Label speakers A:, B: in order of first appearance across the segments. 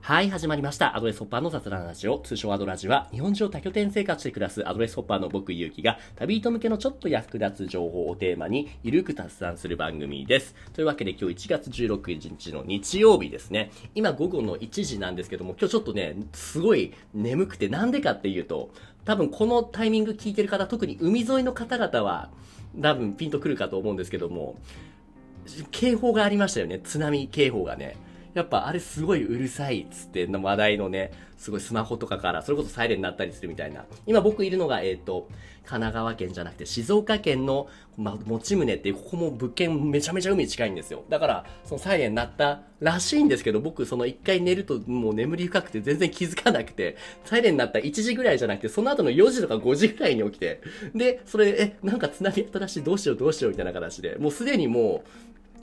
A: はい、始まりました。アドレスホッパーの雑談ラジオ。通称アドラジは、日本中を多拠点生活して暮らすアドレスホッパーの僕、ゆうきが、旅人向けのちょっと役立つ情報をテーマに、ゆるく達散する番組です。というわけで、今日1月16日の日曜日ですね。今午後の1時なんですけども、今日ちょっとね、すごい眠くて、なんでかっていうと、多分このタイミング聞いてる方、特に海沿いの方々は、多分ピンとくるかと思うんですけども、警報がありましたよね。津波警報がね。やっぱあれすごいうるさいっつっての話題のね、すごいスマホとかから、それこそサイレンになったりするみたいな。今僕いるのが、えっ、と、神奈川県じゃなくて静岡県の、ま、持ち宗っていう、ここも物件めちゃめちゃ海近いんですよ。だから、そのサイレンになったらしいんですけど、僕その一回寝るともう眠り深くて全然気づかなくて、サイレンになった1時ぐらいじゃなくて、その後の4時とか5時ぐらいに起きて、で、それで、え、なんか津波やったらしい、どうしようどうしようみたいな形で、もうすでにもう、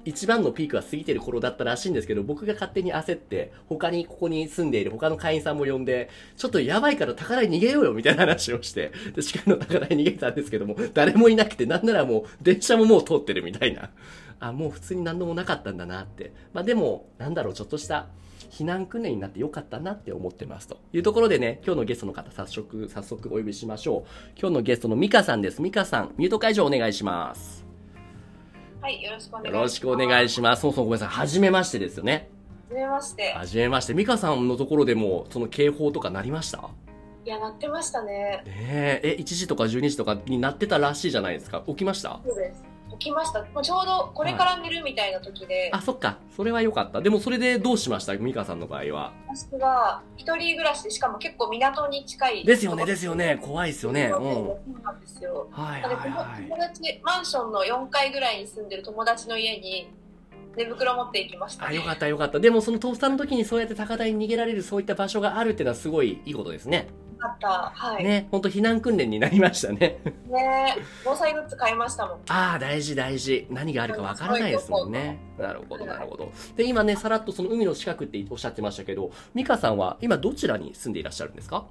A: 一番のピークは過ぎてる頃だったらしいんですけど、僕が勝手に焦って、他に、ここに住んでいる他の会員さんも呼んで、ちょっとやばいから高台逃げようよみたいな話をして、で、しかの高台逃げたんですけども、誰もいなくて、なんならもう電車ももう通ってるみたいな。あ、もう普通に何でもなかったんだなって。まあでも、なんだろう、ちょっとした避難訓練になってよかったなって思ってます。というところでね、今日のゲストの方、早速、早速お呼びしましょう。今日のゲストのミカさんです。ミカさん、ミュート解除お願いします。
B: はい、よろしくお
A: よ
B: 願いします。
A: ろしくお願い
B: し
A: します。そもそもごめんなさい。はじめましてですよね。
B: ます。はじめまして。
A: はじめまして。ミカさんのところでも、その警報とかなりました
B: いや、なってましたね。
A: ねえ、え、1時とか12時とかになってたらしいじゃないですか。起きました
B: そうです。起きました。もうちょうどこれから寝るみたいな時で、
A: あ、そっか。それは良かった。でもそれでどうしましたミカさんの場合は。
B: 私は一人暮らしで、しかも結構港に近い。
A: ですよね、ですよね。怖いですよね。うん。
B: そうなんですよ。
A: はい
B: な
A: はい
B: ので、
A: は
B: 友達、マンションの4階ぐらいに住んでる友達の家に寝袋持っていきました。
A: い。あ、よかったよかった。でもその倒産の時にそうやって高台に逃げられるそういった場所があるっていうのはすごいいいことですね。
B: よかった。はい。ね
A: ね、本当避難訓練になりましたね。
B: 防災グッズ買いましたもん。
A: ああ、大事大事。何があるかわからないですもんね。なるほど、なるほど。で、今ね、さらっとその海の近くっておっしゃってましたけど、ミカさんは今どちらに住んでいらっしゃるんですか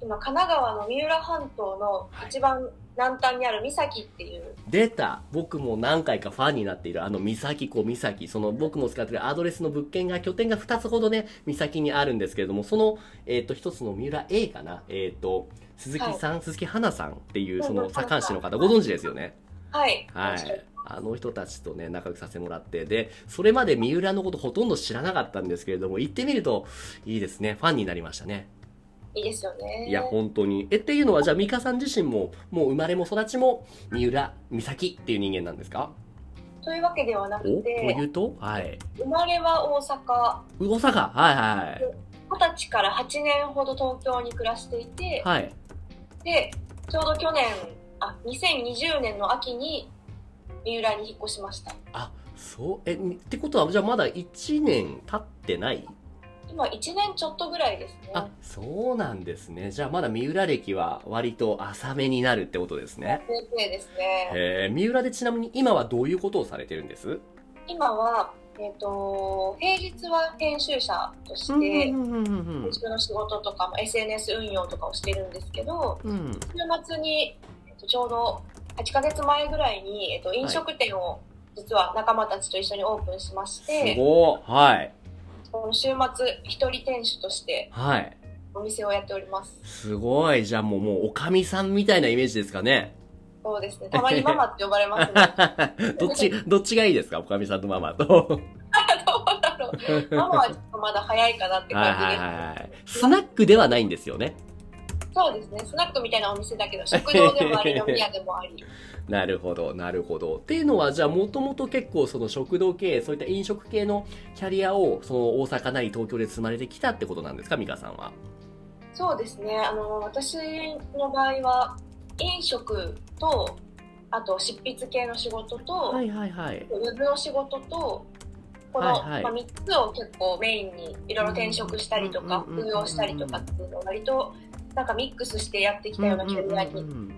B: 今、神奈川の三浦半島の一番南端にある三崎っていう、
A: 出た僕も何回かファンになっているあの三崎湖三崎その僕も使っているアドレスの物件が拠点が2つほどね三崎にあるんですけれどもその、えっと一つの三浦 A かなえっ、と鈴木さん、鈴木花さんっていうその左官師の方ご存知ですよね
B: はい。
A: はい。あの人たちとね、仲良くさせてもらって、で、それまで三浦のことほとんど知らなかったんですけれども、行ってみると、いいですね。ファンになりましたね。
B: いいですよね。
A: いや、本当に。え、っていうのは、じゃあ、ミカさん自身も、もう生まれも育ちも、三浦、三崎っていう人間なんですか
B: というわけではな
A: おと
B: く
A: い
B: て、
A: うとはい。
B: 生まれは大阪、
A: う大阪はいはい
B: 二十歳から8年ほど東京に暮らしていて、
A: はい。はい。
B: で、ちょうど去年、あ、2020年の秋に三浦に引っ越しました。
A: あ、そう、え、にってことは、じゃあまだ1年経ってない
B: 今1年ちょっとぐらいですね。
A: あ、そうなんですね。じゃあまだ三浦歴は割と浅めになるってことですね。
B: 先生ですね。
A: えー、三浦でちなみに今はどういうことをされてるんです
B: 今は、えっ、と、平日は編集者として、
A: うんうんうん
B: 編集の仕事とか、まあ SNS 運用とかをしてるんですけど、
A: うんうん
B: 週末に、えっと、ちょうど8ヶ月前ぐらいに、えっと、飲食店を実は仲間たちと一緒にオープンしまし
A: す
B: て、
A: ごいはい
B: この週末一人店主として
A: はい
B: お店をやっております
A: すごいじゃあもうもうおかみさんみたいなイメージですかね
B: そうですねたまにママって呼ばれますね
A: どっちどっちがいいですかおかみさんとママと
B: どうだろうママはちょっとまだ早いかなって
A: はい
B: 感じ
A: は
B: で
A: い
B: す、
A: はいスナックではないんですよね
B: そうですねスナックみたいなお店だけど食堂で もあり飲み屋でもあり
A: なるほどなるほどっていうのはじゃあもともと結構その食堂系そういった飲食系のキャリアをその大阪なり東京で積まれてきたってことなんですか美香さんは
B: そうですねあの私の場合は飲食とあと執筆系の仕事と、
A: はいはいはい
B: ウェブの仕事とこの、
A: はいはい
B: まあ、3つを結構メインにいろいろ転職したりとか
A: うんうんうんうん
B: 副業したりとかっていうのを割となんかミックスしてやってきたようなキャリア
A: うんうんうん
B: に
A: うん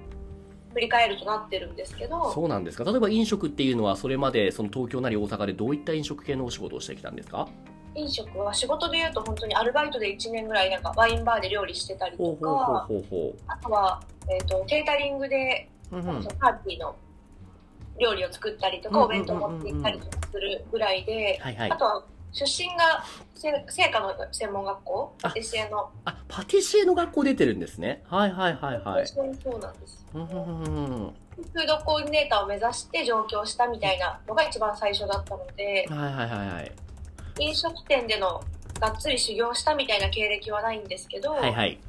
B: 振り返るとなってるんですけど
A: そうなんですか例えば飲食っていうのはそれまでその東京なり大阪でどういった飲食系のお仕事をしてきたんですか
B: 飲食は仕事でいうと本当にアルバイトで1年ぐらいなんかワインバーで料理してたりとか
A: ほうほ
B: あとは、えー、とケータリングで
A: うほう
B: そ
A: ほう、うん
B: のパーティーの料理を作ったりとか
A: うん
B: お弁当持って行ったりとかするぐらいで
A: はいはい
B: あとは出身がせ聖火の専門学校
A: あ
B: パティシエの
A: あ、パティシエの学校出てるんですね。はいはいはいはい。
B: そうそうなんです
A: うんうんうんうん
B: フードコーディネーターを目指して上京したみたいなのが一番最初だったので
A: はいはいはいはい。
B: 飲食店でのがっつり修行したみたいな経歴はないんですけど、
A: はいはい。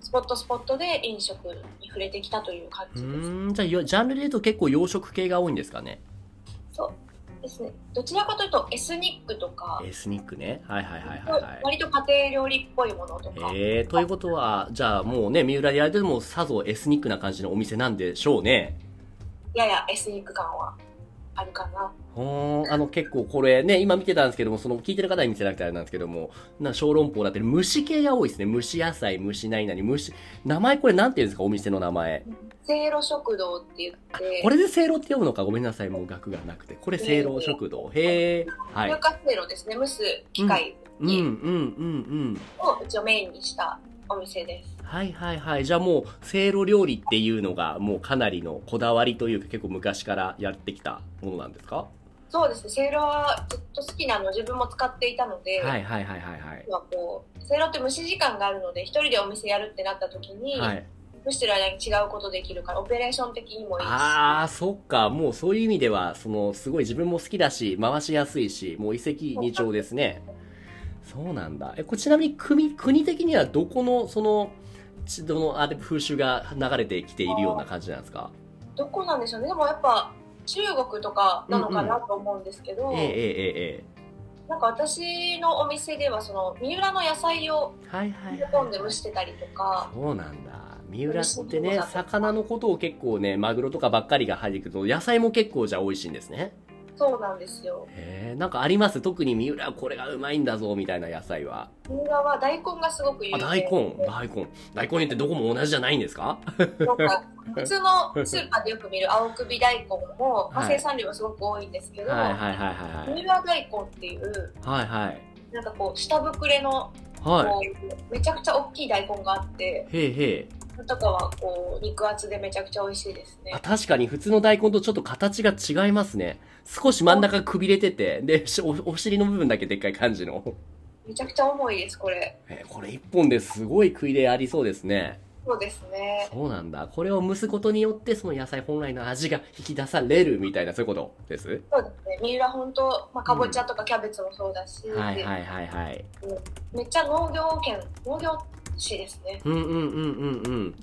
B: スポットスポットで飲食に触れてきたという感
A: う
B: じです。
A: ーん、じゃあ、よジャンルで言うと結構洋食系が多いんですかね。
B: そうですね、どちらかというとエスニックとか、
A: エスニックね。はいはいはいはいはい。
B: 割と家庭料理っぽいものとか、
A: えー、ということは、じゃあもうね、三浦でやるともさぞエスニックな感じのお店なんでしょうね。
B: ややエスニック感はあるかな。
A: ほーん、あの結構これね、今見てたんですけども、その聞いてる方に見せなくてあれなんですけども、な小籠包だって蒸し系が多いですね。蒸し野菜、蒸し何々、蒸し、名前これなんて言うんですかお店の名前。
B: せいろ食堂って言って、
A: これでせいろって読むのかごめんなさい、もう額がなくて。これせいろ食堂。へー。は
B: 入
A: い。
B: 荷せいろですね、蒸す機械
A: うん、うん、うん、
B: を一応メインにしたお店です。
A: うん。はいはいはい。じゃあもう、せいろ料理っていうのが、もうかなりのこだわりというか、結構昔からやってきたものなんですか
B: そうですね、せいろはずっと好きなの自分も使っていたので、
A: はいはいはいはいはい。
B: 今こうせいろって蒸し時間があるので一人でお店やるってなった時に、
A: はい。
B: 蒸してる間に違うことできるからオペレーション的にもいいし
A: ああ、そっか。もうそういう意味では、その、すごい自分も好きだし、回しやすいし、もう一石二鳥ですね。そうなんだ。え、これちなみに国、国的にはどこの、その、ちどの、あれ、風習が流れてきているような感じなんですか
B: どこなんでしょうねでもやっぱ中国とかなのかなと思うんですけど、
A: えええええ
B: なんか私のお店ではその三浦の野菜を
A: え。はいは
B: 煮
A: い、
B: 込んで
A: は
B: 蒸
A: い。
B: してたりとか
A: そうなんだ。三浦ってね、魚のことを結構ね、マグロとかばっかりが入ってくると、野菜も結構じゃあ美味しいんですね。
B: そうなんですよ
A: へえ、なんかあります特に三浦これがうまいんだぞ、みたいな野菜は。
B: 三浦は大根がすごく有
A: あ、
B: 名
A: 大根、大根。大根ってどこも同じじゃないんですか
B: なん か普通のスーパーでよく見る青首大根も、まあ
A: はい
B: 生産量がすごく多いんですけど、
A: はいはいはいはいはい。
B: 三浦大根っていう
A: はいはい。
B: なんかこう下膨れの
A: は
B: こうめちゃくちゃ大きい大根があって
A: い。へえへえ。
B: とかはこう肉厚でめちゃくちゃ美味しいですね
A: あ、確かに普通の大根とちょっと形が違いますね。少し真ん中がくびれてて、で、しおお尻の部分だけでっかい感じの。
B: めちゃくちゃ重いですこれ
A: えーこれ一本ですごい食い出ありそうですね。
B: そうですね
A: そうなんだ。これを蒸すことによって、その野菜本来の味が引き出されるみたいな、そういうことです
B: そうですね三浦本当まあかぼちゃとかキャベツもそうだし、
A: はいはいはいはい。
B: めっちゃ農業県農業市ですね
A: うんうんうんうんうん。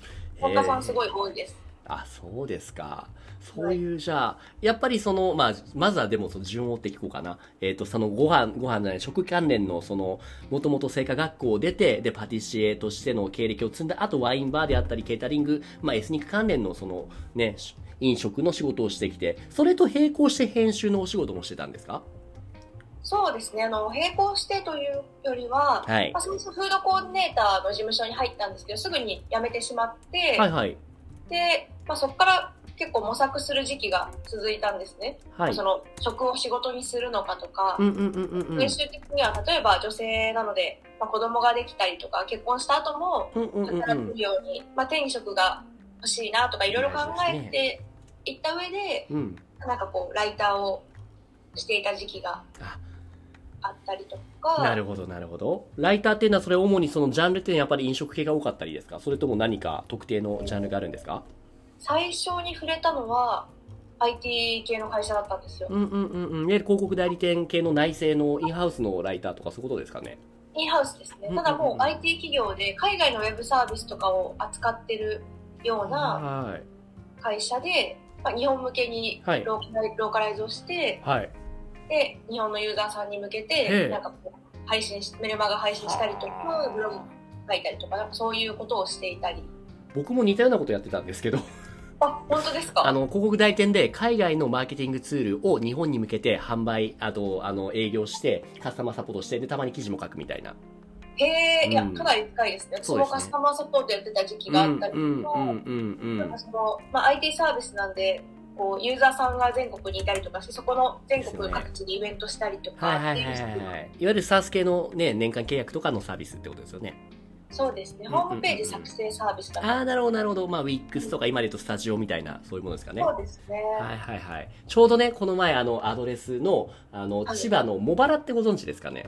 B: 本田さんす
A: い
B: ごい多いです、
A: あ、そうですか。そういう、じゃあ、やっぱりその、まあ、まずはでも、その順を追って聞こうかな。えっ、と、その、ご飯、ご飯じゃない、食関連の、その、もともと製菓学校を出て、で、パティシエとしての経歴を積んだ後、ワインバーであったり、ケータリング、まあ、エスニック関連の、その、ね、し飲食の仕事をしてきて、それと並行して編集のお仕事もしてたんですか
B: そうですねあの並行してというよりは、
A: はい
B: まあ、。最初フードコーディネーターの事務所に入ったんですけどすぐに辞めてしまって、
A: はいはい。
B: で、まあ、そこから結構模索する時期が続いたんですね、
A: はい
B: そ。の職を仕事にするのかとか、
A: うんうんうんうんうん。
B: 練習的には例えば女性なので、まあ、子供ができたりとか結婚した後も
A: うんうんうんう
B: 働
A: ん
B: く。ように、まあ、転職が欲しいなとかいろいろ考えていった上で
A: うん。
B: なんかこうライターをしていた時期が
A: あ
B: あったりとか
A: なるほど、なるほど。ライターっていうのは、それ主にそのジャンルっていうのはやっぱり飲食系が多かったりですかそれとも何か特定のジャンルがあるんですか
B: 最初に触れたのは IT 系の会社だったんですよ。
A: うんうんうんうん。いわゆる広告代理店系の内製のインハウスのライターとかそういうことですかね。
B: インハウスですね
A: うん
B: ただ
A: うんう
B: も
A: ん
B: う IT 企業で海外のウェブサービスとかを扱ってるような
A: は
B: 会社で、まあ、日本向けに
A: はい
B: ローカライローカライズをして
A: い。はい。
B: で日本のユーザーさんに向け
A: ええ
B: てなんかこう配信しメルマガ配信したりとかブログ書いたりとかなんかそういうことをしていたり
A: 僕も似たようなことやってたんですけど、
B: あ本当です
A: あ
B: か
A: の、広告代理店で海外のマーケティングツールを日本に向けて販売、あと、あの、営業して、カスタマーサポートして、で、たまに記事も書くみたいな。
B: へえいや
A: うん
B: かなり深いですね私
A: そうで
B: も
A: すね
B: カスタマーサポートやってた時期
A: うん
B: があったり
A: うん
B: と
A: うん
B: か
A: うんう
B: なん
A: ん
B: か。その、まあ、IT サービスなんでこうユーザーさんが全国にいたりとかしてそこの全
A: ですよ
B: 国
A: ね
B: 各地でイベントしたりと
A: はい
B: か
A: はいはいはいはい。いわゆる SaaS 系のね、年間契約とかのサービスってことですよね。
B: そうですね、
A: うんうんうん
B: ホームページ作成サービスだから、
A: ああ、なるほど、なるほど。まあ、Wix とか今で言うとスタジオみたいな、そういうものですかね。
B: そうですね、
A: はいはいはい。ちょうどね、この前、あの、アドレスの、あの、
B: はい
A: 千葉の茂原ってご存知ですかね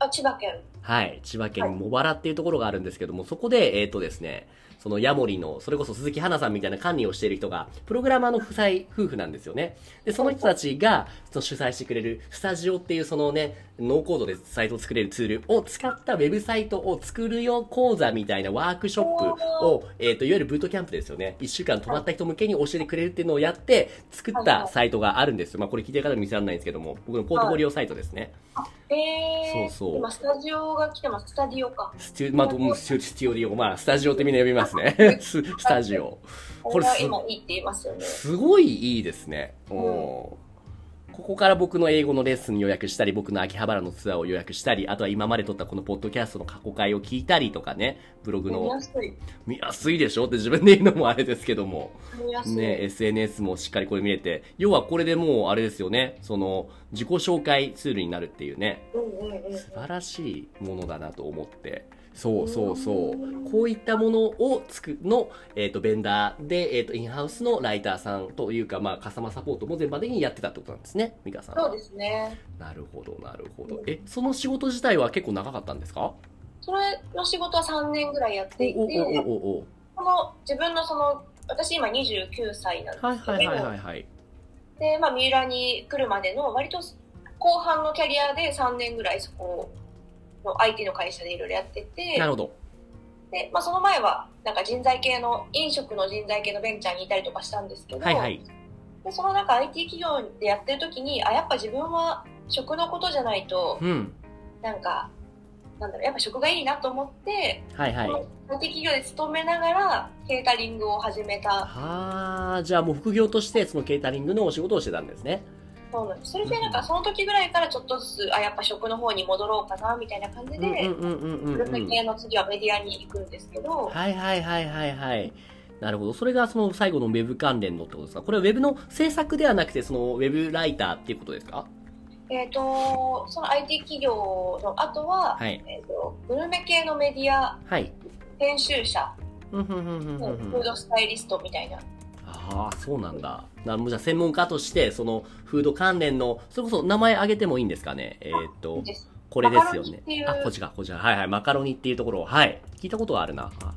B: あ千葉県
A: はい。千葉県
B: はい
A: 茂原っていうところがあるんですけども、そこで、えっ、とですね、そのヤモリの、それこそ鈴木花さんみたいな管理をしている人が、プログラマーの夫妻、夫婦なんですよね。で、その人たちが、その主催してくれる、スタジオっていうそのね、ノーコードでサイトを作れるツールを使ったウェブサイトを作るよ講座みたいなワークショップを、えっ、と、いわゆるブートキャンプですよね。一週間泊まった人向けに教えてくれるっていうのをやって、作ったサイトがあるんですよ。まあ、これ聞いてる方に見せられないんですけども、僕のポートフォリオサイトですね。
B: えー、
A: そうそう
B: 今スタジオが来てますスタジオか
A: スチュまあ、どうもスチュスチュオリオ、まあ、スタジオってみんな呼びますね。ススタジオ。こ
B: こ
A: れ
B: れ
A: す
B: は今いいって言いますよね
A: すごいいいですね。おーここから僕の英語のレッスン予約したり、僕の秋葉原のツアーを予約したり、あとは今まで撮ったこのポッドキャストの過去回を聞いたりとかね、ブログ
B: 見
A: の
B: やすい
A: 見やすいでしょって自分で言うのもあれですけども。
B: 見やすい、
A: ね、SNS もしっかりこれ見れて、要はこれでもうあれですよね、その自己紹介ツールになるっていうね。
B: うんうんうん
A: 素晴らしいものだなと思ってそうそうそうこういったものをつくの、えー、とベンダーで、えー、とインハウスのライターさんというか、まあ、カスタマーサポートも全般的にやってたってことなんですね美香さん
B: そう
A: は
B: ですね
A: なるほどなるほどえその仕事自体は結構長かったんですか
B: それの仕事は3年ぐらいやってい
A: おおお
B: て
A: おお
B: この自分のその私今29歳なんですけど、
A: はいはいはいはいはい
B: で、まあ、三浦に来るまでの割と後半のキャリアで3年ぐらいそこの IT の会社でいろいろやってて
A: なるほど
B: で、まあ、その前はなんか人材系の飲食の人材系のベンチャーにいたりとかしたんですけど、
A: はいはい
B: でそのなんか IT 企業でやってる時にあやっぱ自分は食のことじゃないと
A: うん
B: なんかなんだろうやっぱ食がいいなと思って、
A: はいはい
B: この IT 企業で勤めながらケータリングを始めた
A: はあじゃあもう副業としてそのケータリングのお仕事をしてたんですね
B: そうなんですそれでなんかその時ぐらいからちょっとずつあやっぱ食の方に戻ろうかなみたいな感じ
A: うんうん
B: で。
A: うんうんうん
B: グル
A: う
B: メ
A: ん
B: 系の次はメディアに行くんですけど、
A: はいはいはいはいはい。なるほど。それがその最後のウェブ関連のってことですかこれはウェブの制作ではなくて、そのウェブライターっていうことですか
B: えっ、と、その IT 企業の後は、
A: はい。
B: えっ、と、グルメ系のメディア
A: はい。
B: 編集者、
A: うんうんうんうんうん
B: フ
A: う
B: ー
A: ん
B: ドスタイリストみたいな。
A: ああ、そうなんだ。なるほど。じゃあ専門家として、そのフード関連の、それこそ名前挙げてもいいんですかねえーっと、
B: です
A: これですよね
B: マカロニってい。う
A: あ、こっちか、こっちか。はいはい。マカロニっていうところを、はい。聞いたことがあるな。あ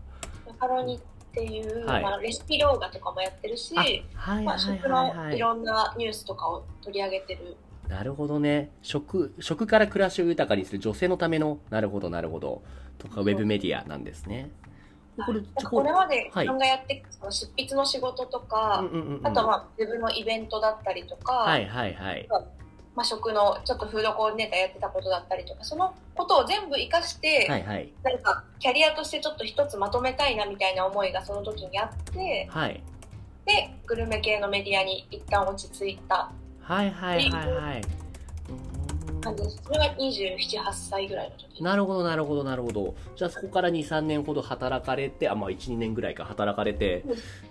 B: マカロニっていう、
A: はい
B: まあ、レシピ動画とかもやってるし、
A: はいはい
B: ま
A: は
B: あ、
A: い
B: 食
A: は
B: のい
A: いは
B: ろんなニュースとかを取り上げてる。
A: い。なるほどね。食、食から暮らしを豊かにする女性のための、なるほどなるほど。とか、ウェブメディアなんですね。これ、
B: なんかこれまで
A: はい
B: 自分がやってきたその執筆の仕事とか、あとはま
A: は
B: あ自分のイベントだったりとか、
A: はいはいはい。
B: まあ、食のちょっとフードコーディネーターやってたことだったりとかそのことを全部活かして、
A: はいはい。
B: なんかキャリアとしてちょっと一つまとめたいなみたいな思いがその時にあって
A: はい。
B: でグルメ系のメディアに一旦落ち着いた
A: はいはいはいはい。
B: 感じですそれが278歳ぐらいの時
A: なるほどなるほどなるほど。じゃあそこから2、3年ほど働かれて、あ、まあ1、2年ぐらいか働かれて、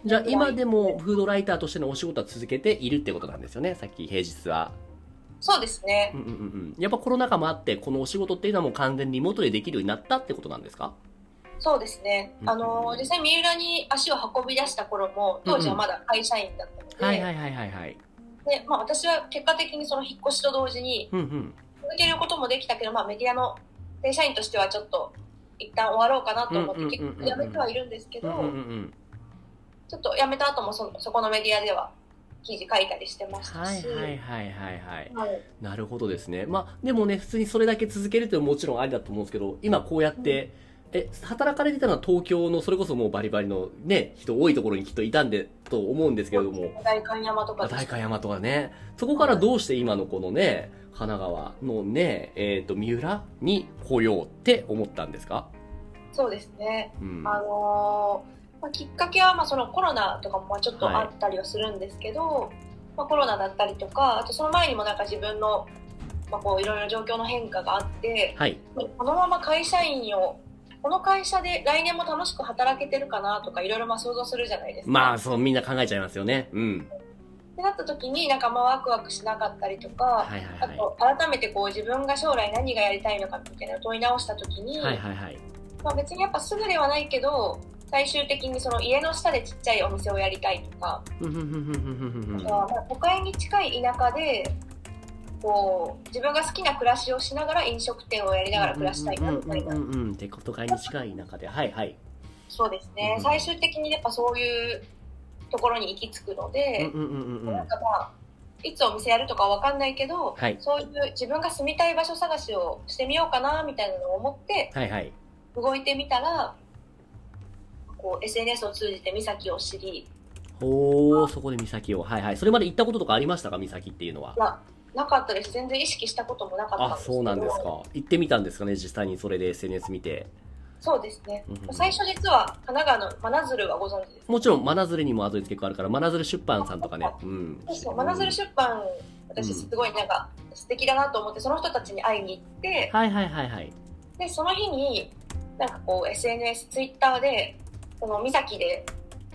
A: じゃあ今でもフードライターとしてのお仕事は続けているってことなんですよね、さっき平日は。
B: そうですね
A: うんうんうんうん。やっぱコロナ禍もあって、このお仕事っていうのはもう完全にリモートでできるようになったってことなんですか
B: そうですね
A: うん
B: あの実際三浦に足を運び出した頃も当時はまだ会社員だったので,、
A: はいはいはいはいはい。
B: でまあ、私は結果的にその引っ越しと同時に
A: うんうん。
B: 続けることもできたけど、まあ、メディアの正社員としてはちょっと一旦終わろうかなと思って
A: うんうん
B: 結
A: うんうん
B: 局やめてはいるんですけ
A: う
B: ど、
A: んうんうんうん。
B: ちょっと辞めた後もそそこのメディアでは記事書いたりしてました
A: はい
B: し、
A: はいはいはいはい。
B: はい
A: なるほどですね。まあ、でもね、普通にそれだけ続けるっていうのももちろんありだと思うんですけど、今こうやって、え、働かれてたのは東京の、それこそもうバリバリのね、人多いところにきっといたんで、と思うんですけれども、
B: 代官山とかです
A: 代官山とかね、そこからどうして今のこのね、神奈川のね、えっ、と、三浦に来ようって思ったんですか
B: そうですね、
A: うん。
B: あのーまあ、きっかけはまあそのコロナとかもまあちょっと
A: はい
B: あったりはするんですけど、まあ、コロナだったりとかあとその前にもなんか自分の、まあ、こういろいろ状況の変化があって
A: はい。
B: このまま会社員をこの会社で来年も楽しく働けてるかなとかいろいろまあ想像するじゃないですか。
A: まあ、そう、みんな考えちゃいますよね。うん。
B: ってなった時になんかまあワクワクしなかったりとか、
A: はいは
B: あ
A: いはい。
B: と改めてこう自分が将来何がやりたいのかみたいなのを問い直した時に、
A: はいはいはい。
B: まあ、別にやっぱすぐではないけど最終的にその家の下でちっちゃいお店をやりたいとか、
A: うんうんうんうんうんうんうん
B: あとはまあ都会に近い田舎でこう自分が好きな暮らしをしながら飲食店をやりながら暮らしたいなみたいな、
A: うんうんうんうんうんってことかいに近い中ではいはい、
B: そうです
A: う
B: ね
A: ん
B: 最終的にやっぱそういうところに行き着くので、
A: うんうんうんうんう
B: なんんかまあいつお店やるとかわかんないけど、
A: はい
B: そういう自分が住みたい場所探しをしてみようかなみたいなのを思って
A: はいはい
B: 動いてみたらこう SNS を通じて美咲を知り
A: ほうそこで岬をはいはいそれまで行ったこととかありましたか岬っていうのは
B: なかったです全然意識したこともなかったん
A: あ
B: ですけど
A: そうなんですか行ってみたんですかね実際にそれで SNS 見て
B: そうですね
A: うんうんうん
B: 最初実は神奈川の真鶴はご存知です
A: もちろん真鶴にも後で付け加わるから真鶴出版さんとかねうん
B: そうそう真鶴出版私すごいなんか素敵だなと思ってその人たちに会いに行って
A: はいはいはいはい
B: でその日になんかこう SNS ツイッターでこの三崎で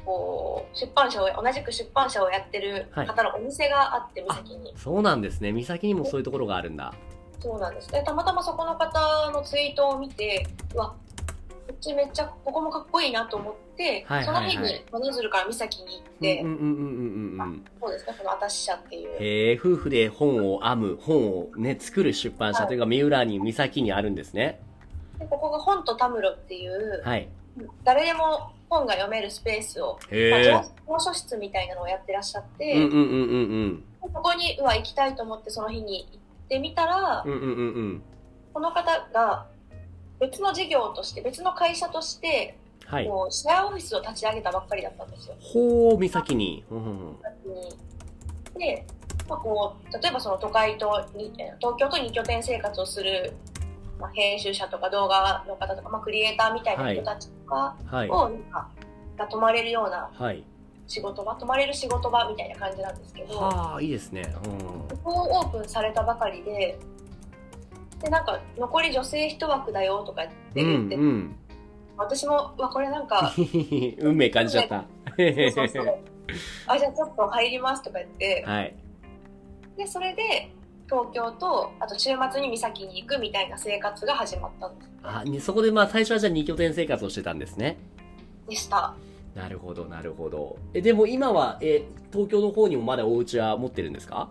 B: こう出版社を同じく出版社をやってる方のお店があって、三崎に
A: そうなんですね岬にもそういうところがあるんだ
B: そうなんですでたまたまそこの方のツイートを見てうわこっちめっちゃここもかっこいいなと思って、
A: はいはいはい
B: その日に真鶴から三崎に行って、
A: うんうんうんうんうんうん
B: そうですねこの「アタッシャ」っていう
A: へえ夫婦で本を編む本をね作る出版社というか三浦に岬にあるんですね
B: でここが「本とタムロ」っていう、
A: はい
B: 誰でも本が読めるスペースを、まあ
A: へ
B: 蔵蔵書室みたいなのをやってらっしゃって、
A: えうんうんうんうんうん
B: ここにうわ行きたいと思ってその日に行ってみたら、
A: うんうんうんうん
B: この方が別の事業として別の会社として、
A: はい
B: こうシェアオフィスを立ち上げたばっかりだったんですよ。
A: ほう岬にうんうんうん
B: で、まあ、こう例えばその都会とに東京と2拠点生活をする、まあ、編集者とか動画の方とか、まあ、クリエイターみたいな人たちとか
A: はい
B: をなんか、が泊まれるような
A: はい
B: 仕事場泊まれる仕事場みたいな感じなんですけど。
A: はあいいですねうん
B: ここをオープンされたばかりで、で、なんか、残り女性一枠だよとか
A: う
B: 言って言っ
A: ん
B: て、
A: うん
B: 私も、うわ、これなん か、そ
A: 運命感じちゃった
B: うそうそうあ、じゃあちょっと入りますとか言って、
A: はい
B: で、それで、東京と、あと週末に岬に行くみたいな生活が始まったんです。
A: あにそこでまあ最初はじゃあ2拠点生活をしてたんですね
B: でした。
A: なるほどなるほどえでも今はえ東京の方にもまだお家は持ってるんですか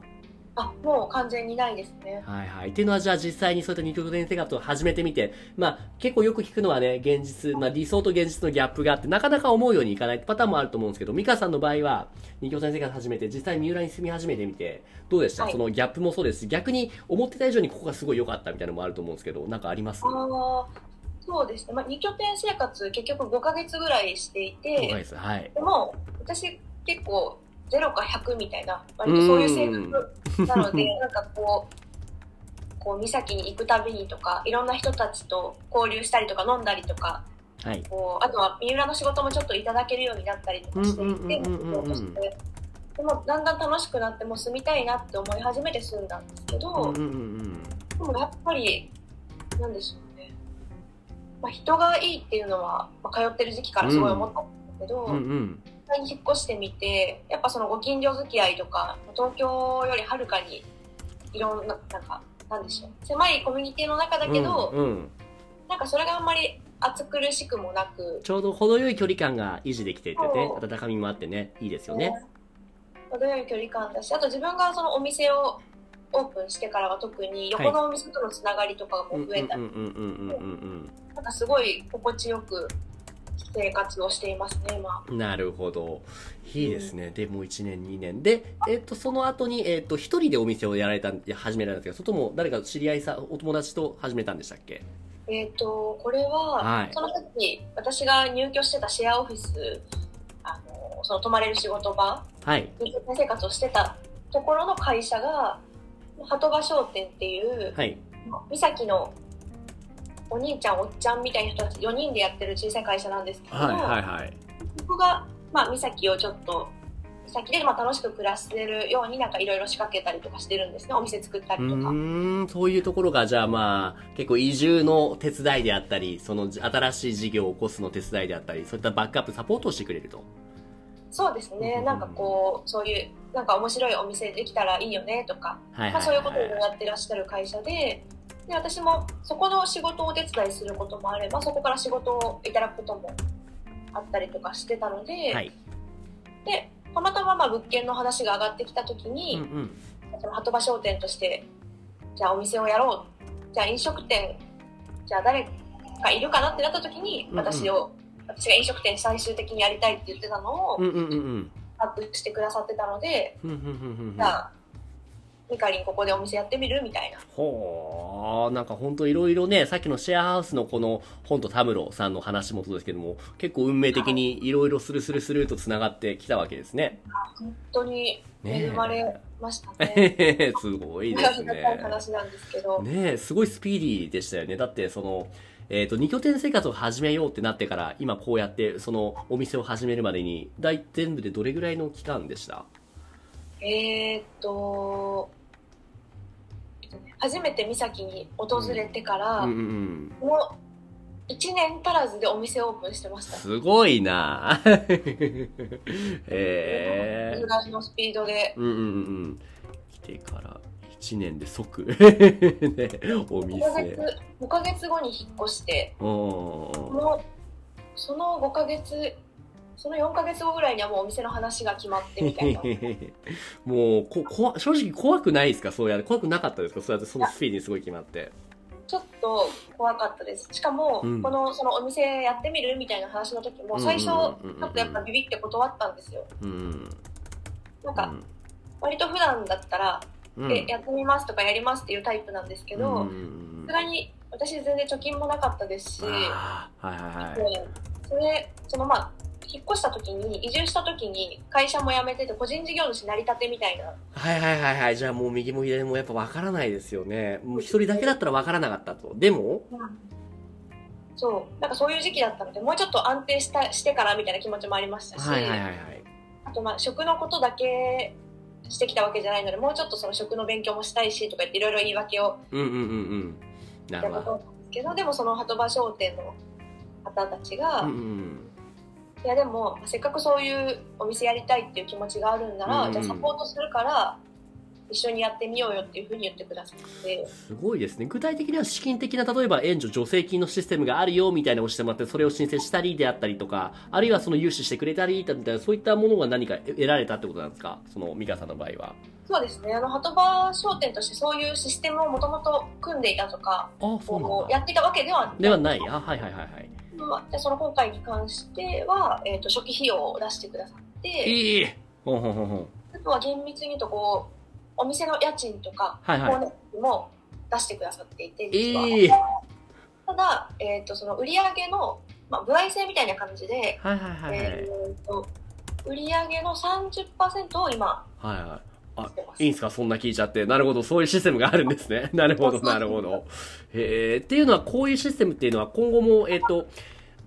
B: あ、もう完全にないですね。
A: はいはい。っていうのは、じゃあ実際にそういった二極転生活を始めてみて、まあ結構よく聞くのはね、現実、まあ理想と現実のギャップがあって、なかなか思うようにいかないパターンもあると思うんですけど、ミカさんの場合は、二極転生活始めて、実際に三浦に住み始めてみて、どうでした、
B: はい
A: そのギャップもそうですし、逆に思ってた以上にここがすごい良かったみたいなのもあると思うんですけど、なんかあります
B: あーそうですね。まあ、2拠点生活、結局5ヶ月ぐらいしてい
A: そうか
B: て、
A: です。はい。
B: でも、私結構、0か100みたいな、割とそういう性
A: うん
B: 格なので、なんかこう、こう、岬に行くたびにとか、いろんな人たちと交流したりとか飲んだりとか、
A: はい。
B: こう、あとは三浦の仕事もちょっといただけるようになったりとかしていて、
A: うんうんうんうんうんうん
B: 仕事としてでも、だんだん楽しくなって、もう住みたいなって思い始めて住んだんですけ
A: うん
B: ど、
A: うんうん
B: でもやっぱり、なんでしょうね。まあ、人がいいっていうのは、まあ、通ってる時期からすごい思ったんですけど、
A: うん。うんうん。
B: 実際に引っ越してみてやっぱそのご近所付き合いとか東京よりはるかにいろんななんかなんでしょう狭いコミュニティの中だけど、
A: うんうん。
B: なんかそれがあんまり暑苦しくもなく、
A: ちょうど程よい距離感が維持できていてね、
B: そう
A: 温かみもあってね、いいですよね。
B: 程よい距離感だしあと自分がそのお店をオープンしてからは特に横のお店とのつながりとかが
A: う
B: こ
A: んう
B: うん増えた
A: う
B: り、
A: んうんうんうんうん。
B: なんかすごい心地よく生活をしていますね今。
A: なるほど。いいですね。で、もう1年、2年。で、えっと、その後に、えっと、一人でお店をやられたん、いや始められたんですけど、それとも誰か知り合いさ、お友達と始めたんでしたっけ
B: えっ、と、これは、
A: はい
B: その時、私が入居してたシェアオフィス、あの、その泊まれる仕事場、
A: はい。
B: 入居生活をしてたところの会社が、鳩場商店っていう、
A: はい。
B: 三崎のお兄ちゃん、おっちゃんみたいな人たち4人でやってる小さい会社なんですけど、
A: いはい。
B: ここが、まあ、三崎をちょっと、三崎でまあ楽しく暮らせるようになんかいろいろ仕掛けたりとかしてるんですね。お店作った
A: う
B: りとか。
A: ーん、そういうところが、じゃあまあ、結構移住の手伝いであったり、その新しい事業を起こすの手伝いであったり、そういったバックアップ、サポートをしてくれると。
B: そうです
A: うんうんう
B: ね、
A: ん
B: なんかこう、そういう、なんか面白いお店できたらいいよねとか、
A: はいはい、はい。
B: まあ、そういうことをやってらっしゃる会社で、で私もそこの仕事をお手伝いすることもあればそこから仕事をいただくこともあったりとかしてたので、
A: はい。
B: でたまたままあ物件の話が上がってきた時
A: うんう
B: に、
A: ん。
B: その鳩場商店としてじゃあお店をやろうじゃあ飲食店じゃあ誰かいるかなってなった時に
A: うんうん
B: 私を、私が飲食店最終的にやりたいって言ってたのを
A: うんうんうんうん。
B: アップしてくださってたので、
A: ふんふんふんふんふん
B: じゃあミカリンここでお店やってみるみたいな。
A: ほー、なんかほんといろいろね、さっきのシェアハウスのこの本と田室さんの話もそうですけども、結構運命的にいろいろスルスルスルと繋がってきたわけですね。
B: 本当に
A: ね
B: 恵まれましたね。
A: え。すご いです
B: あり がたい
A: ね。
B: 話なんですけど、
A: ねえ、すごいスピーディーでしたよね。だって、その、えっ、と、二拠点生活を始めようってなってから、今こうやって、その、お店を始めるまでに、大全部でどれぐらいの期間でした
B: えーっと、初めて三崎に訪れてから、
A: うんうんうん。
B: もう1年足らずでお店オープンしてました。
A: すごいな ええ
B: ぐらいのスピードで、
A: うんうんうんうん。来てから1年で即、 ね、お店。
B: 5ヶ月5ヶ月後に引っ越して、
A: うん
B: もうその5ヶ月、その4ヶ月後ぐらいにはもうお店の話が決まってみ たいな。
A: もうこ怖正直怖くないですかそうやって怖くなかったですかそうやってそのスピーディーにすごい決まって
B: ちょっと怖かったです。しかも、
A: うん
B: このそのお店やってみるみたいな話の時も、最初、ちょ
A: うんうんうんうん
B: っとやっぱビビって断ったんですよ。
A: うん
B: なんか、割と普段だったら、
A: うん
B: え、やってみますとかやりますっていうタイプなんですけ
A: う
B: ど
A: ん、うんうん
B: さすがに私全然貯金もなかったですし、
A: あーはいはいはい
B: でそれ、そのまあ、引っ越した時に、移住した時に会社も辞めてて、個人事業主成り立てみたいな、
A: はいはいはいはいじゃあもう右も左もやっぱ分からないですよねもう一人だけだったら分からなかったとでも
B: そう、なんかそういう時期だったので、もうちょっと安定したしてからみたいな気持ちもありましたし、
A: はいはいはいはい
B: あとまあ食のことだけしてきたわけじゃないのでもうちょっとその食の勉強もしたいしとか言っていろいろ言い訳を
A: うんうんうんうんな
B: や
A: る
B: った
A: ほ
B: ことな
A: ど
B: んですけどでもその鳩場商店の方たちが、
A: うんうん
B: いやでもせっかくそういうお店やりたいっていう気持ちがあるんなら、
A: うん
B: じゃあサポートするから一緒にやってみようよっていうふうに言ってくださって
A: すごいですね。具体的には資金的な、例えば援助助成金のシステムがあるよみたいなのをしてもらって、それを申請したりであったりとか、あるいはその融資してくれたりみたいな、そういったものが何か得られたってことなんですかその美香さんの場合は。
B: そうですねあの鳩場商店としてそういうシステムをもともと組んでいたとか
A: あ、
B: こうやっていたわけでは
A: ではない。あ、はいはいはいはい。
B: まあでその今回に関しては、えー、と初期費用を出してくださって。
A: いいほんほんほんほん。
B: あとは厳密に言うとこうお店の家賃とか
A: はい
B: 光
A: はい。
B: 熱費も出してくださっていて、実は
A: ええ
B: ただ、えー、とその売り上げの、まあ、歩合制みたいな感じで、
A: はいはいはいはい。
B: えー、と売り上げの30%を今
A: はいはい。あ
B: してま、す
A: いいんすかそんな聞いちゃって。なるほど。そういうシステムがあるんですね。なるほど、
B: そうそう
A: なるほど。えー、っていうのは、こういうシステムっていうのは、今後も、えっ、と、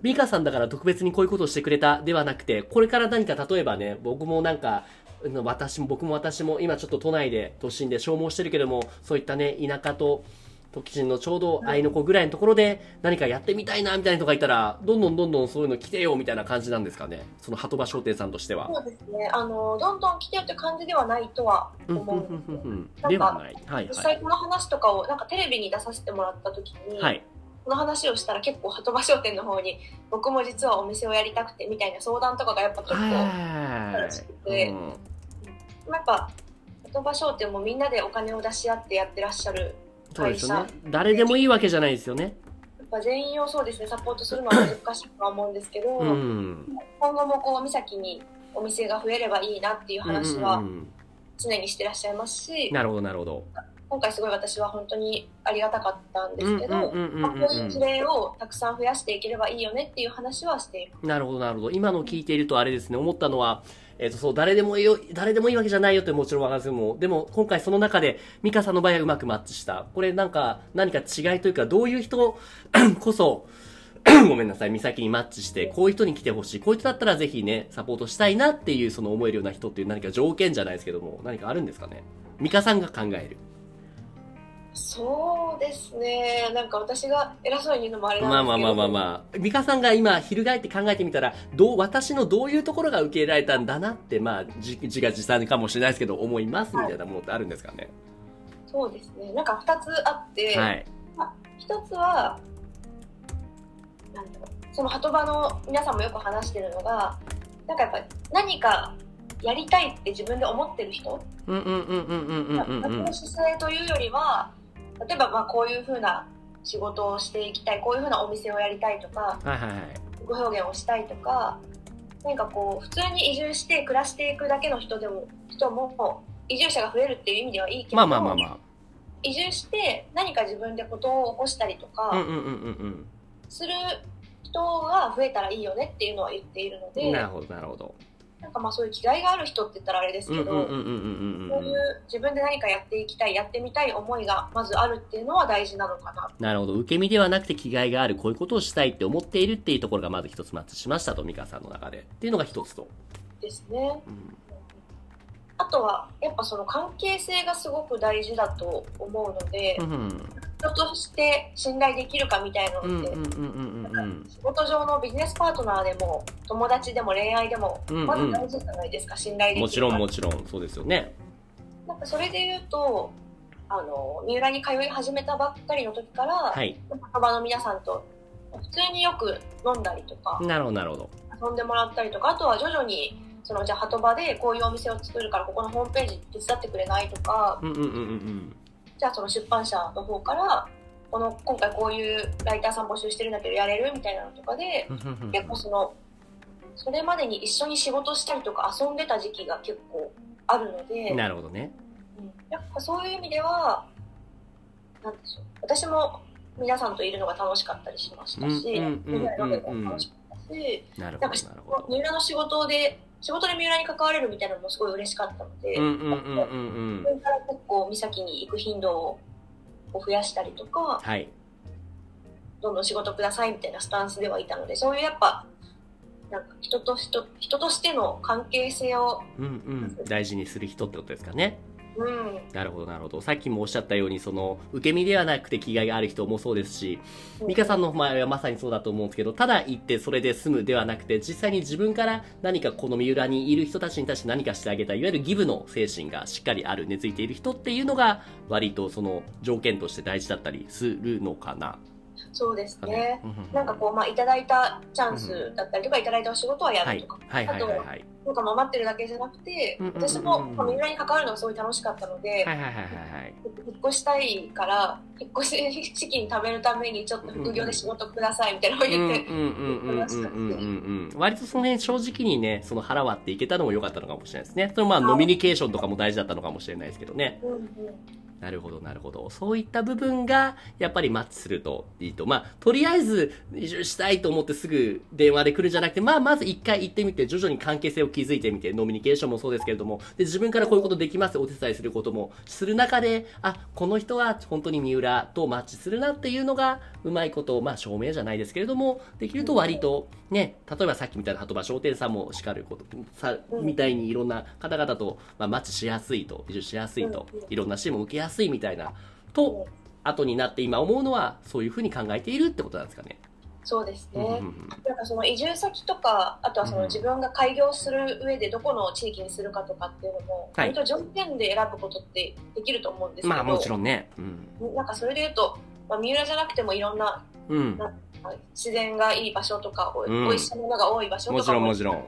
A: 美香さんだから特別にこういうことをしてくれたではなくて、これから何か、例えばね、僕もなんか、うん私も、僕も私も、今ちょっと都内で、都心で消耗してるけども、そういったね、田舎と、都心のちょうど愛の子ぐらいのところで、何かやってみたいな、みたいな人がいたら、どんどんどんどんそういうの来てよ、みたいな感じなんですかね。その、鳩場商店さんとしては。
B: そうですねあのどんどん来てるって感じではないとは
A: うんう
B: 思うんんです
A: う
B: よ
A: んうん
B: な
A: うん
B: か
A: ではない。はい
B: 実
A: は
B: 際この話とかをなんかテレビに出させてもらった時に、
A: い。はい。
B: この話をしたら結構鳩場商店の方に僕も実はお店をやりたくてみたいな相談とかがやっぱ結構、
A: はい。うん
B: やっぱ言葉商店もみんなでお金を出し合ってやってらっしゃる
A: そうですよね
B: 会。
A: 誰でもいいわけじゃないですよね。
B: やっぱ全員をそうですねサポートするのは難しいとは思うんですけど、
A: うん。
B: 今後もこう三崎にお店が増えればいいなっていう話
A: う
B: は
A: んうんうん
B: 常にしてらっしゃいますし、
A: なるほど、なるほど。
B: 今回すごい私は本当にありがたかったんですけど、
A: うんうんうん
B: まあ
A: うんうん
B: こういう事例をたくさん増やしていければいいよねっていう話はしています。
A: なるほど、なるほど。今の聞いているとあれですね、思ったのは、えっ、と、そう、誰でもいいよ、誰でもいいわけじゃないよってもちろんわかるんですけども、でも今回その中で、ミカさんの場合はうまくマッチした。これなんか、何か違いというか、どういう人 こそ、 ごめんなさい、美咲にマッチして、こういう人に来てほしい、こういう人だったらぜひね、サポートしたいなっていう、その思えるような人っていう何か条件じゃないですけども、何かあるんですかね。ミカさんが考える。
B: そうですねなんか私が偉そうに言うのもあれなんです
A: まあ
B: けど
A: まあまあまあまあ。美香さんが今、翻って考えてみたら、どう、私のどういうところが受け入れられたんだなって、まあ、じ自画自賛かもしれないですけど、思いますみたいなものってあるんですかね。
B: そうですねなんか2つあって、
A: はい。
B: まあ、一つはなんだろうその鳩場の皆さんもよく話してるのがなんかやっぱり何かやりたいって自分で思ってる人
A: うんうんうんうんうんうんうん
B: 学の姿勢というよりは例えばまあこういうふうな仕事をしていきたいこういうふうなお店をやりたいとか
A: はいはいはい
B: 自己表現をしたいとか何かこう普通に移住して暮らしていくだけの人でも人も移住者が増えるっていう意味ではいいけど
A: まあまあまあま
B: 移住して何か自分でことを起こしたりと
A: あうんう
B: か
A: んうんうん
B: する人が増えたらいいよねっていうのは言っているの
A: う
B: で
A: んなるほどなるほど
B: なんかまあそういう気概がある人って言ったらあれです
A: うん
B: け
A: うんうん
B: ど。
A: うんうんうん
B: そううんいう自分で何かやっていきたい、やってみたい思いがまずあるっていうのは大事なのかな。
A: なるほど受け身ではなくて気概があるこういうことをしたいって思っているっていうところがまず一つマッチしましたと美香さんの中でっていうのが一つと、
B: ですね。
A: うん
B: あとは、やっぱその関係性がすごく大事だと思うので
A: う、ん
B: 人として信頼できるかみたいな
A: うん
B: の
A: う
B: っ
A: ん
B: て、
A: うんうんうんうん
B: 仕事上のビジネスパートナーでも、友達でも恋愛でも、
A: うんうん
B: まず大事じゃないですか、信頼できる。
A: もちろんもちろんそうですよね
B: なんかそれで言うと、あの、三浦に通い始めたばっかりの時から、
A: はい
B: 酒場の皆さんと、普通によく飲んだりとか、
A: なるほどなるほど
B: 遊んでもらったりとかあとは徐々にそのじゃあ鳩場でこういうお店を作るからここのホームページ手伝ってくれないとか
A: うんうんうんうん
B: じゃあその出版社の方からこの今回こういうライターさん募集してるんだけどやれるみたいなのとかで
A: うんうんうんうん
B: 結構そのそれまでに一緒に仕事したりとか遊んでた時期が結構あるので、
A: なるほどね
B: うんやっぱそういう意味ではなんでしょう私も皆さんといるのが楽しかったりしましたし、
A: うんうんうんうんうん
B: みんなで飲んでるのも楽しかったし。
A: なるほ
B: なん
A: ど
B: か
A: なるほど
B: 三浦の仕事で仕事で三浦に関われるみたいなのもすごい嬉しかったので、
A: うんうんうんうんうん
B: それから結構岬に行く頻度を増やしたりとか
A: はい
B: どんどん仕事くださいみたいなスタンスではいたのでそういうやっぱなんか人と人人としての関係性を、
A: うんうん大事にする人ってことですかね
B: うん、
A: なるほどなるほどさっきもおっしゃったようにその受け身ではなくて気概がある人もそうですし美香さんの場合はまさにそうだと思うんですけどただ行ってそれで済むではなくて実際に自分から何かこの三浦にいる人たちに対して何かしてあげたいいわゆるギブの精神がしっかりある根付いている人っていうのが割とその条件として大事だったりするのかな。
B: そうですね、
A: ううう
B: なんかこう、まあ、いただいたチャンスだったりとか、いただいたお仕事はや
A: は
B: る
A: い
B: とか、
A: はいはいはいはい
B: なんかまあ待ってるだけじゃなくて、
A: うんうんうんうん
B: 私もまあ三浦に関わるのがすごい楽しかったので、
A: はいはいはいはいはい
B: 引っ越したいから引っ越し資金貯めるためにちょっと副業で仕事くださいみたいなのを
A: うんうん
B: 言って、
A: うんうんうんうんうん割とその辺正直にねその腹割っていけたのも良かったのかもしれないですねそれまあノミニケーションとかも大事だったのかもしれないですけどね
B: うんうん
A: なるほどなるほどそういった部分がやっぱりマッチするといいとまあとりあえず移住したいと思ってすぐ電話で来るんじゃなくてまあまず一回行ってみて徐々に関係性を築いてみてノミニケーションもそうですけれどもで自分からこういうことできますお手伝いすることもする中であこの人は本当に三浦とマッチするなっていうのがうまいことまあ証明じゃないですけれどもできると割とね例えばさっきみたいな鳩場商店さんも叱ることさみたいにいろんな方々と、まあ、マッチしやすいと移住しやすいと
B: うんうん
A: いろんな支援も受けやすいみたいなと後になって今思うのはそういうふうに考えているってことなんですかね。
B: そうです
A: うんうん
B: ね、なんかその移住先とかあとはその自分が開業する上でどこの地域にするかとかっていうのも、
A: はい
B: 割と条件で選ぶことってできると思うんです
A: うん
B: けど、
A: まあもちろんね。うん
B: なんかそれで言うと、まあ、三浦じゃなくてもいろんな
A: うん、
B: まあ自然がいい場所とかおい、
A: うん
B: 美味しいものが多い場所
A: も
B: と
A: ち
B: か
A: ろん
B: も
A: もちろん。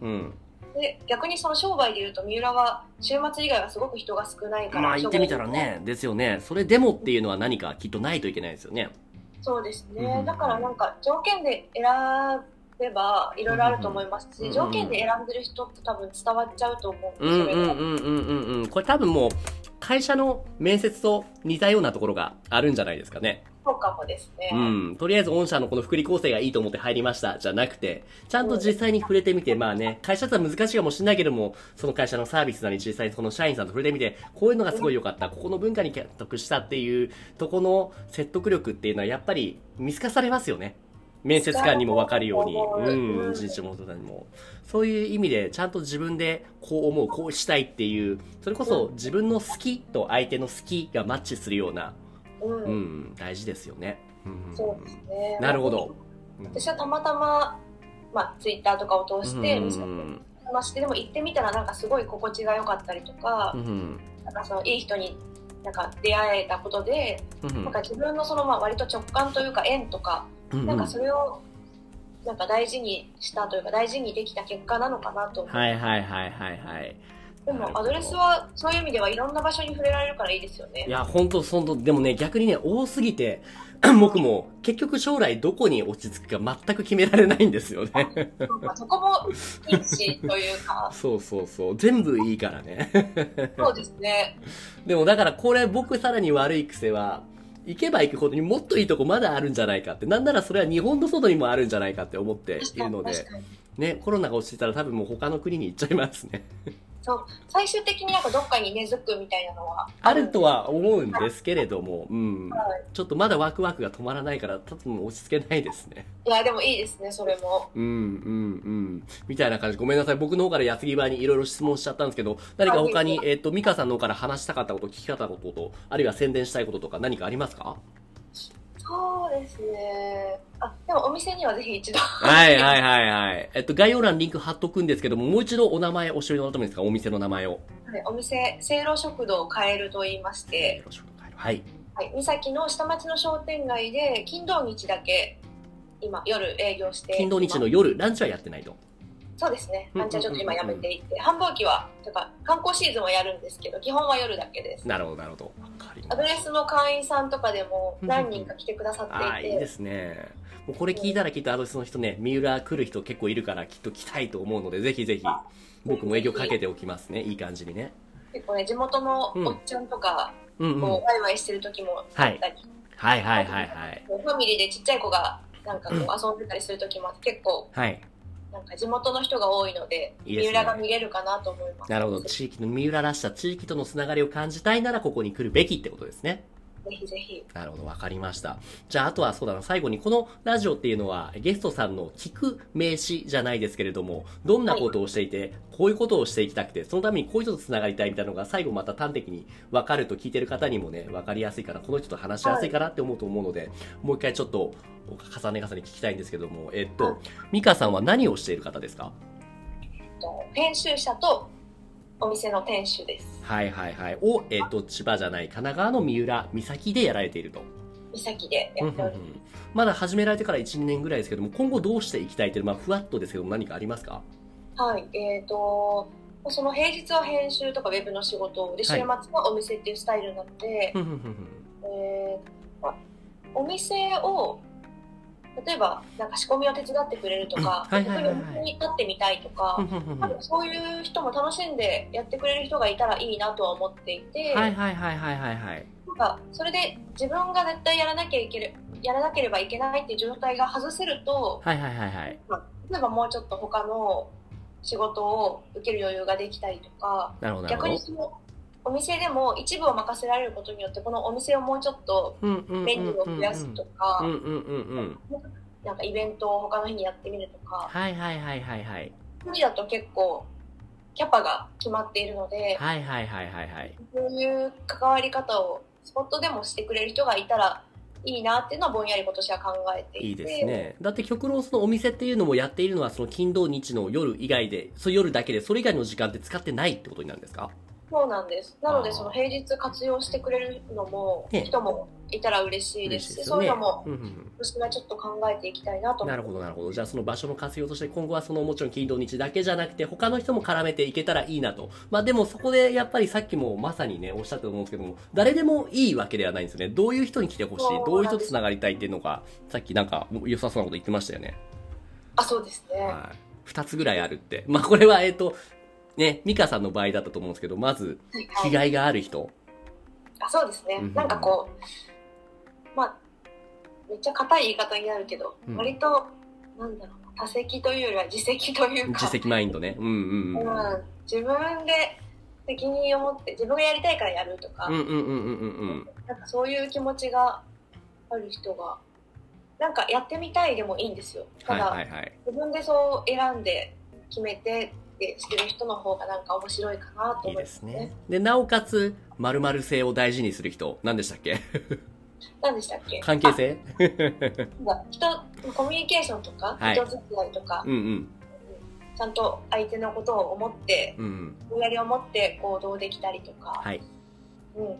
A: うん、
B: で逆にその商売で言うと三浦は週末以外はすごく人が少ないから
A: まあ行ってみたらねですよねそれでもっていうのは何かきっとないといけないですよね。
B: そうですね、
A: うん
B: だからなんか条件で選べばいろいろあると思いますし、
A: うん
B: 条件で選んでる人って多分伝わっちゃうと思う
A: うんん
B: で
A: う
B: す
A: ん
B: よ
A: うんうんうんうんこれ多分もう会社の面接と似たようなところがあるんじゃないですかね。
B: そうかもですね、
A: うん、とりあえず御社のこの福利構成がいいと思って入りましたじゃなくてちゃんと実際に触れてみてまあね会社とは難しいかもしれないけどもその会社のサービスなり実際にその社員さんと触れてみてこういうのがすごい良かったここの文化に納得したっていうとこの説得力っていうのはやっぱり見透かされますよね面接官にも分かるように、うん、人事も人にもそういう意味でちゃんと自分でこう思うこうしたいっていうそれこそ自分の好きと相手の好きがマッチするような、
B: うん
A: うん、大事ですよね。うん
B: そうですね
A: なるほど。
B: 私はたまたままあ、ツイッターとかを通して、
A: うん
B: 見せてましてでも行ってみたらなんかすごい心地が良かったりとか,、
A: うん
B: なんかそのいい人になんか出会えたことで、
A: うんうん
B: なんか自分のそのまあ割と直感というか縁とか、
A: うんうん
B: なんかそれをなんか大事にしたというか大事にできた結果なのかなと思う。
A: はいはいはいはいはい。
B: で
A: なる
B: も
A: ほ
B: ア
A: ど
B: ドレスはそういう意味ではいろんな場所に触れられるからいいですよね。
A: いや、ほんと、そんと、でもね、逆にね、多すぎて、 僕も、結局将来どこに落ち着くか全く決められないんですよね。
B: なんかそこも禁止という か、
A: そうそうそう。全部いいからね。
B: そうですね。
A: でもだからこれ僕さらに悪い癖は、行けば行くほどにもっといいとこまだあるんじゃないかって、なんならそれは日本の外にもあるんじゃないかって思って
B: 確
A: い
B: か
A: る
B: に
A: ので
B: 確、かに。
A: ね、コロナが落ちてたら多分もう他の国に行っちゃいますね。
B: 最終的になんかどっかに根付くみたいなのは
A: あるとは思うんですけれども、うん。ちょっとまだワクワクが止まらないから、多分落ち着けないですね。
B: いやでもいいですねそれも
A: うんうんうん。みたいな感じ。ごめんなさい。僕の方から矢継ぎ早にいろいろ質問しちゃったんですけど、何か他に、えっ、と、ミカさんの方から話したかったこと、聞きたかったこと、あるいは宣伝したいこととか何かありますか
B: そうですねあでもお店にはぜひ一度
A: はいはいはいはい。えっと、概要欄にリンク貼っとくんですけども、もう一度お名前教えてもらってもいいですかお店の名前を。
B: はいお店せいろ食堂を変えると言いまし
A: よ
B: て、
A: ろしくお願いしますはい。
B: はい、三崎の下町の商店街で金土日だけ今夜営業して
A: 金土日の
B: 今
A: 夜、ランチはやってないと。
B: そうですね
A: うんうんうんうん
B: ランチはちょっと今やめていて繁忙期はとか観光シーズンはやるんですけど基本は夜だけです
A: なるほどなるほど。わかりまし
B: ア
A: た
B: ドレスの会員さんとかでも何人か来てくださ
A: ああ、
B: ってい
A: いいで
B: て、
A: すね。もうこれ聞いたらきっとアドレスの人ね、三浦来る人結構いるから、きっと来たいと思うので、ぜひぜひ、僕も営業かけておきますね。いい感じにね。
B: 結構ね地元のおっちゃんとか、
A: うんうん。
B: こうワイワイしてる時もあったり、
A: はいはいはいはい。
B: ファミリーでちっちゃい子がなんかこう遊んでたりする時もあって結構
A: はい。
B: なんか地元の人が多いので
A: いいですね
B: 三浦が見れるかなと思います
A: なるほど。
B: ぜ
A: 地域の、三浦らしさ、地域とのつながりを感じたいなら、ここに来るべきってことですね。
B: ひぜひ
A: なるほど、わかりました。じゃあ、あとはそうだな、最後に、このラジオっていうのは、ゲストさんの聞く名詞じゃないですけれども、どんなことをしていて、こういうことをしていきたくて、そのためにこういう人と繋がりたいみたいなのが、最後また端的に分かると聞いてる方にもね、分かりやすいから、この人と話しやすいかなって思うと思うので、もう一回ちょっと、重ね重ね聞きたいんですけども、えっ
B: はい
A: と、ミカさんは何をしている方ですか
B: えっと編集者とお店の店主です
A: はいはいはい。を、えっと、千葉じゃない、神奈川の三浦、三崎でやられていると。
B: 三崎で
A: う
B: や
A: ん
B: っ
A: うん
B: て
A: う
B: お
A: ん
B: ります
A: まだ始められてから1、2年ぐらいですけども、今後どうしていきたいという、まあ、ふわっとですけども、何かありますか
B: はいえっ、とその平日は編集とかウェブの仕事で週
A: はい
B: 末はお店っていうスタイルなので、
A: うんうんうん
B: えーまあお店を例えばなんか仕込みを手伝ってくれるとか
A: うんはい
B: 逆
A: はいはい
B: にお
A: はい
B: 店に立ってみたいとか、
A: うんうんうん
B: 多分そういう人も楽しんでやってくれる人がいたらいいなとは思っていて、
A: はいはいはいはいはいはい。
B: なんかそれで自分が絶対やらなきゃいけるやらなければいけないっていう状態が外せると
A: はいはいはいはい。
B: 例えばもうちょっと他の仕事を受ける余裕ができたりとか
A: なるほどなるほ
B: 逆に
A: ど。
B: そのお店でも一部を任せられることによってこのお店をもうちょっと
A: うんうんうん
B: メニューを
A: うん
B: 増やすとか、
A: うんうんうんうん。
B: なんかイベントを他の日にやってみるとか、
A: はいはいはいはいはい。
B: 一人だと結構キャパが決まっているので、
A: はいはいはいはいはい。
B: そういう関わり方をスポットでもしてくれる人がいたらいいなっていうのはぼんやり今年は考えて
A: い
B: い
A: い
B: て。
A: ですね。だって極論そのお店っていうのもやっているのは、その金土日の夜以外で、そう夜だけで、それ以外の時間って使ってないってことになるんですか
B: そうなんです。なので
A: あー
B: その平日活用してくれるのも
A: ね
B: 人もいたら嬉しいで
A: 嬉
B: す
A: しい
B: し、
A: ですよ
B: そう
A: ね。
B: いうのも
A: うんうんうん
B: 私はちょっと考えていきたいなと思
A: な
B: っ
A: るほど、なるほど。じゃあその場所の活用として今後はそのもちろん金土日だけじゃなくて他の人も絡めていけたらいいなと。まあでもそこでやっぱりさっきもまさにね、おっしゃったと思うんですけども、誰でもいいわけではないんですよね。どういう人に来てほしい
B: そうなん、です
A: どういう人と繋がりたいっていうのが、さっきなんか良さそうなこと言ってましたよね。
B: あ、そうですね。
A: はい。二つぐらいあるって。まあこれはえっと、ね、ミカさんの場合だったと思うんですけど、まず、
B: はい
A: 気概がある人。
B: あそうですね、
A: うん
B: なんかこうまあめっちゃ硬い言い方になるけど、
A: うん
B: 割となんだろうな多責というよりは自責というか
A: 自責マインドね。うんうん
B: う
A: うん。
B: ん、自分で責任を持って自分がやりたいからやるとか,、
A: うんうんうんうんうんうん。
B: なんかそういう気持ちがある人がなんかやってみたいでもいいんですよた
A: はい
B: だ、
A: はいはい。
B: 自分でそう選んで決めてってしてる人の方がなんか面白いかなと
A: いい
B: 思い
A: で
B: ます
A: す
B: ね
A: ね。で、なおかつ、〇〇性を大事にする人、何でしたっけ
B: 何でしたっけ
A: 関係性
B: なんか人コミュニケーションとか、
A: はい
B: 人付き合いとか
A: うんうん。
B: ちゃんと相手のことを思って
A: うんうん。
B: 思いやりを持って行動できたりとか、
A: はい。
B: うんうん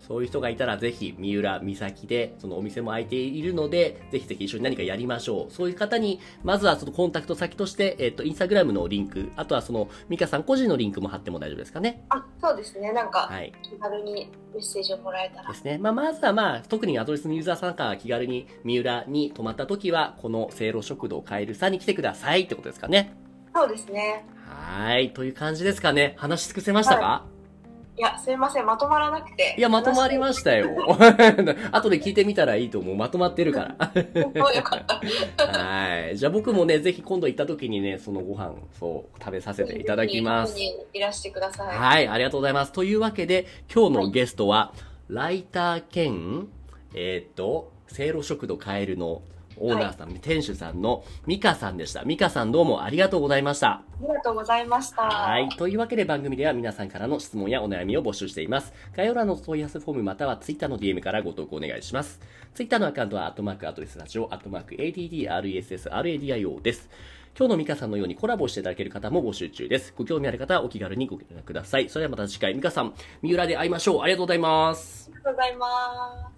A: そういう人がいたら、ぜひ、三浦、三崎で、そのお店も開いているので、ぜひぜひ一緒に何かやりましょう。そういう方に、まずはそのコンタクト先として、えっ、と、インスタグラムのリンク、あとはその、ミカさん個人のリンクも貼っても大丈夫ですかね。
B: あそうですねなんか
A: はい。
B: 気軽にメッセージをもらえたら、
A: ですね。まあ、まずはまあ、特にアドレスのユーザーさんから気軽に、三浦に泊まった時は、この、せいろ食堂カエルさんに来てくださいってことですかね。
B: そうですね
A: はーい。という感じですかね。話し尽くせましたか、
B: いやすいませんまとまらなくて
A: いや、まとまりましたよ。 後で聞いてみたらいいと思う。まとまってるから。
B: すごいよかった
A: はい。じゃあ僕もね、ぜひ今度行った時にね、そのご飯、そう、食べさせていただきます
B: ぜ。ひいらしてください、
A: はい、ありがとうございます。というわけで、今日のゲストは、ライター兼、えーっと、せいろ食堂カエルのオーナーさん、店主さんのミカさんでした。ミカさんどうもありがとうございました。
B: ありがとうございました
A: はい。というわけで番組では皆さんからの質問やお悩みを募集しています。概要欄の問い合わせフォームまたはツイッターの DM からご投稿お願いします。ツイッターのアカウントは、アットマークアドレスラジオ、アットマーク ADDRESSRADIO です。今日のミカさんのようにコラボしていただける方も募集中です。ご興味ある方はお気軽にご連絡ください。それではまた次回、ミカさん、三浦で会いましょう。ありがとうございます。
B: ありがとうございます